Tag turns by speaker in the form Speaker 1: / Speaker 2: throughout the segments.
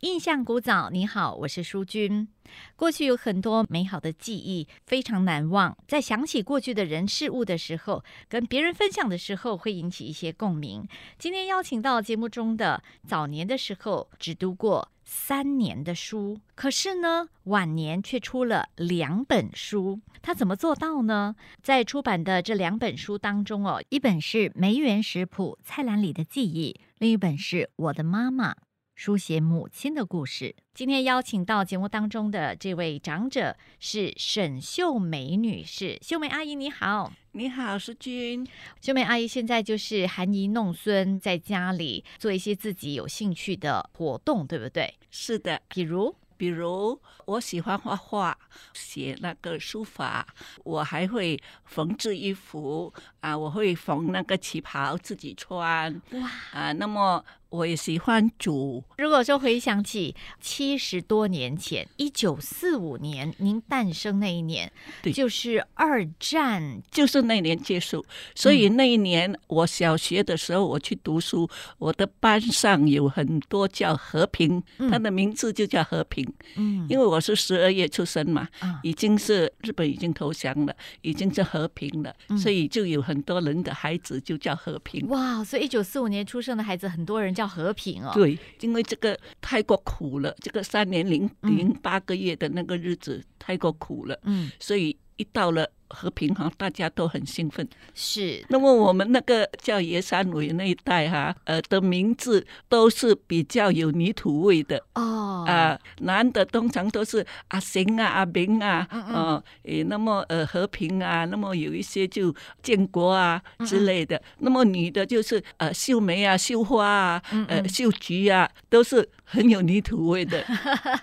Speaker 1: 印象古早，你好，我是淑君。过去有很多美好的记忆，非常难忘。在想起过去的人事物的时候，跟别人分享的时候，会引起一些共鸣。今天邀请到节目中的，早年的时候只读过三年的书，可是呢，晚年却出了两本书。他怎么做到呢？在出版的这两本书当中哦，一本是《梅园食谱：菜篮里的记忆》，另一本是《我的妈妈》。书写母亲的故事。今天邀请到节目当中的这位长者是沈秀梅女士，秀梅阿姨你好，
Speaker 2: 你好，淑君。
Speaker 1: 秀梅阿姨现在就是含饴弄孙，在家里做一些自己有兴趣的活动，对不对？
Speaker 2: 是的，
Speaker 1: 比如，
Speaker 2: 比如我喜欢画画，写那个书法，我还会缝制衣服啊，我会缝那个旗袍自己穿
Speaker 1: 哇，
Speaker 2: 啊。那么我也喜欢煮，
Speaker 1: 如果说回想起七十多年前，一九四五年您诞生那一年，
Speaker 2: 对
Speaker 1: 就是二战，
Speaker 2: 就是那年结束。所以那一年我小学的时候，我去读书，我的班上有很多叫和平，
Speaker 1: 嗯
Speaker 2: 他的名字就叫和平，
Speaker 1: 嗯
Speaker 2: 因为我是十二月出生嘛。
Speaker 1: 啊，
Speaker 2: 已经是日本已经投降了，已经是和平了，所以就有很多人的孩子就叫和平。
Speaker 1: 嗯哇，所以一九四五年出生的孩子，很多人叫和平哦，
Speaker 2: 对，因为这个太过苦了，这个三年零零八个月的那个日子太过苦了，
Speaker 1: 嗯，
Speaker 2: 所以一到了和平哈，大家都很兴奋。
Speaker 1: 是
Speaker 2: 那么我们那个叫野山尾那一带哈、呃的名字都是比较有泥土味的，
Speaker 1: 哦，
Speaker 2: 啊、男的通常都是阿行啊、阿明啊，
Speaker 1: 嗯嗯
Speaker 2: 哦，诶，那么呃和平啊，那么有一些就建国啊
Speaker 1: 嗯
Speaker 2: 之类的。那么女的就是呃绣梅啊、绣花啊、
Speaker 1: 嗯
Speaker 2: 呃
Speaker 1: 嗯
Speaker 2: 绣菊啊，都是很有泥土味的。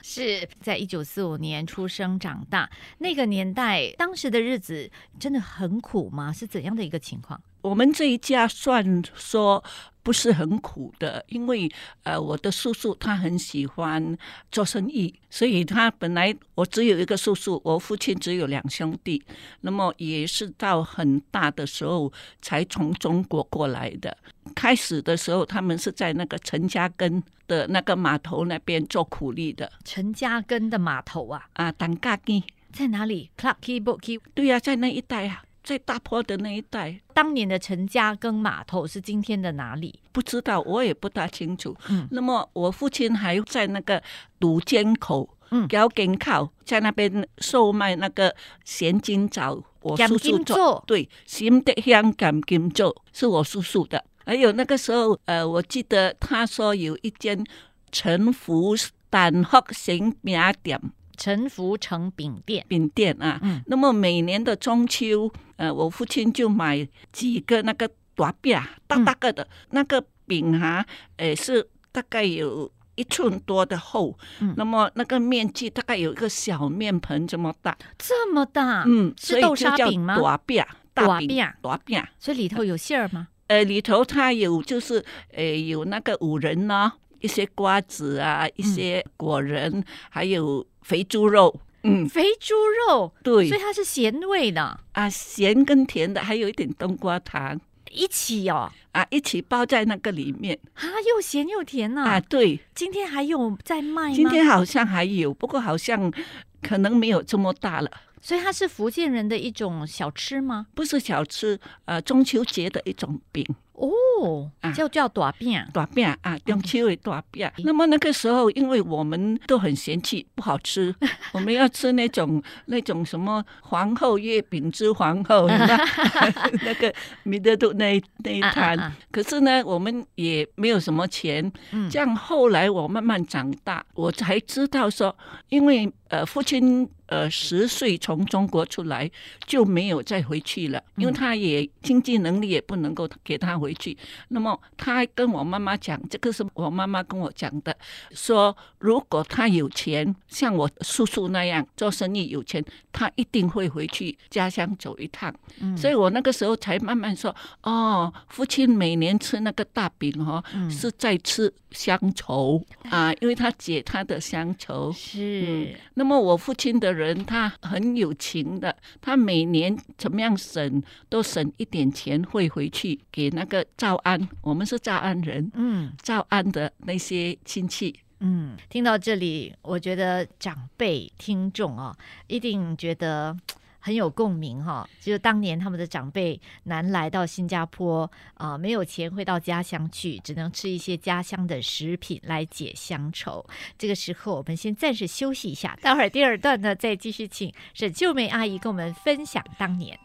Speaker 1: 是在一九四五年出生长大，那个年代，当时的日子真的很苦吗？是怎样的一个情况？
Speaker 2: 我们这一家算说不是很苦的，因为呃，我的叔叔他很喜欢做生意，所以他本来我只有一个叔叔，我父亲只有两兄弟，那么也是到很大的时候才从中国过来的。开始的时候，他们是在那个陈家根的那个码头那边做苦力的
Speaker 1: 陈家根的码头啊，
Speaker 2: 啊，当嘎基，
Speaker 1: 在哪里？Clarky b o o k y
Speaker 2: 对呀、在那一带啊，在大坡的那一带，啊
Speaker 1: 当年的陈家根码头是今天的哪里？
Speaker 2: 不知道，我也不大清楚。
Speaker 1: 嗯
Speaker 2: 那么我父亲还在那个堵尖口，
Speaker 1: 嗯
Speaker 2: 高根靠，在那边售卖那个咸金枣。我叔
Speaker 1: 咸
Speaker 2: 叔
Speaker 1: 金
Speaker 2: 做
Speaker 1: 枣，
Speaker 2: 对，咸的香港金枣是我叔叔的。还有那个时候，呃，我记得他说有一间陈福蛋壳型饼店
Speaker 1: 陈福成饼店。
Speaker 2: 饼店啊，
Speaker 1: 嗯
Speaker 2: 那么每年的中秋，呃，我父亲就买几个那个大饼，大
Speaker 1: 嗯
Speaker 2: 大个的、那个饼哈、呃，是大概有一寸多的厚，
Speaker 1: 嗯
Speaker 2: 那么那个面积大概有一个小面盆这么大，
Speaker 1: 这么大，
Speaker 2: 嗯，
Speaker 1: 啊是
Speaker 2: 所以
Speaker 1: 豆
Speaker 2: 就
Speaker 1: 沙
Speaker 2: 叫
Speaker 1: 饼吗
Speaker 2: 大饼，
Speaker 1: 大
Speaker 2: 大
Speaker 1: 饼
Speaker 2: 饼，大饼。
Speaker 1: 所以里头有馅儿吗？
Speaker 2: 呃，里头它有就是呃有那个五仁呢、一些瓜子啊，
Speaker 1: 嗯
Speaker 2: 一些果仁，还有肥猪肉，嗯，
Speaker 1: 肥猪肉，
Speaker 2: 对
Speaker 1: 所以它是咸味的，
Speaker 2: 啊，咸跟甜的，还有一点冬瓜糖。
Speaker 1: 一起哦，
Speaker 2: 啊，一起包在那个里面
Speaker 1: 啊，又咸又甜呐、
Speaker 2: 啊。对，
Speaker 1: 今天还有在卖吗？
Speaker 2: 今天好像还有，不过好像可能没有这么大了。
Speaker 1: 所以它是福建人的一种小吃吗？
Speaker 2: 不是小吃，呃，中秋节的一种饼，
Speaker 1: 哦
Speaker 2: 啊，
Speaker 1: 叫叫短饼，
Speaker 2: 大饼啊，中秋的大饼。
Speaker 1: 嗯
Speaker 2: 那么那个时候，因为我们都很嫌弃不好 吃，我们要吃那种那种什么皇后月饼之皇后，有没有 那个米德都那一那一
Speaker 1: 啊啊
Speaker 2: 摊。
Speaker 1: 啊
Speaker 2: 可是呢，我们也没有什么钱，
Speaker 1: 嗯
Speaker 2: 这样后来我慢慢长大，我才知道说，因为呃父亲呃十岁从中国出来就没有再回去了，因为他也经济能力也不能够给他回去。那么他跟我妈妈讲，这个是我妈妈跟我讲的，说如果他有钱，像我叔叔那样做生意有钱，他一定会回去家乡走一趟。
Speaker 1: 嗯
Speaker 2: 所以我那个时候才慢慢说，哦，父亲每年吃那个大饼哦，
Speaker 1: 嗯
Speaker 2: 是在吃乡愁 啊，因为他解他的乡愁。
Speaker 1: 是
Speaker 2: 那么我父亲的人，他很有情的，他每年怎么样省都省一点钱会回去给那个诏安，我们是诏安人，
Speaker 1: 嗯
Speaker 2: 诏安的那些亲戚
Speaker 1: 嗯，听到这里，我觉得长辈听众哦，一定觉得。嘖很有共鸣哈、就是当年他们的长辈难来到新加坡啊、没有钱回到家乡去，只能吃一些家乡的食品来解乡愁。这个时候，我们先暂时休息一下，待会儿第二段呢再继续请沈秀梅阿姨跟我们分享当年。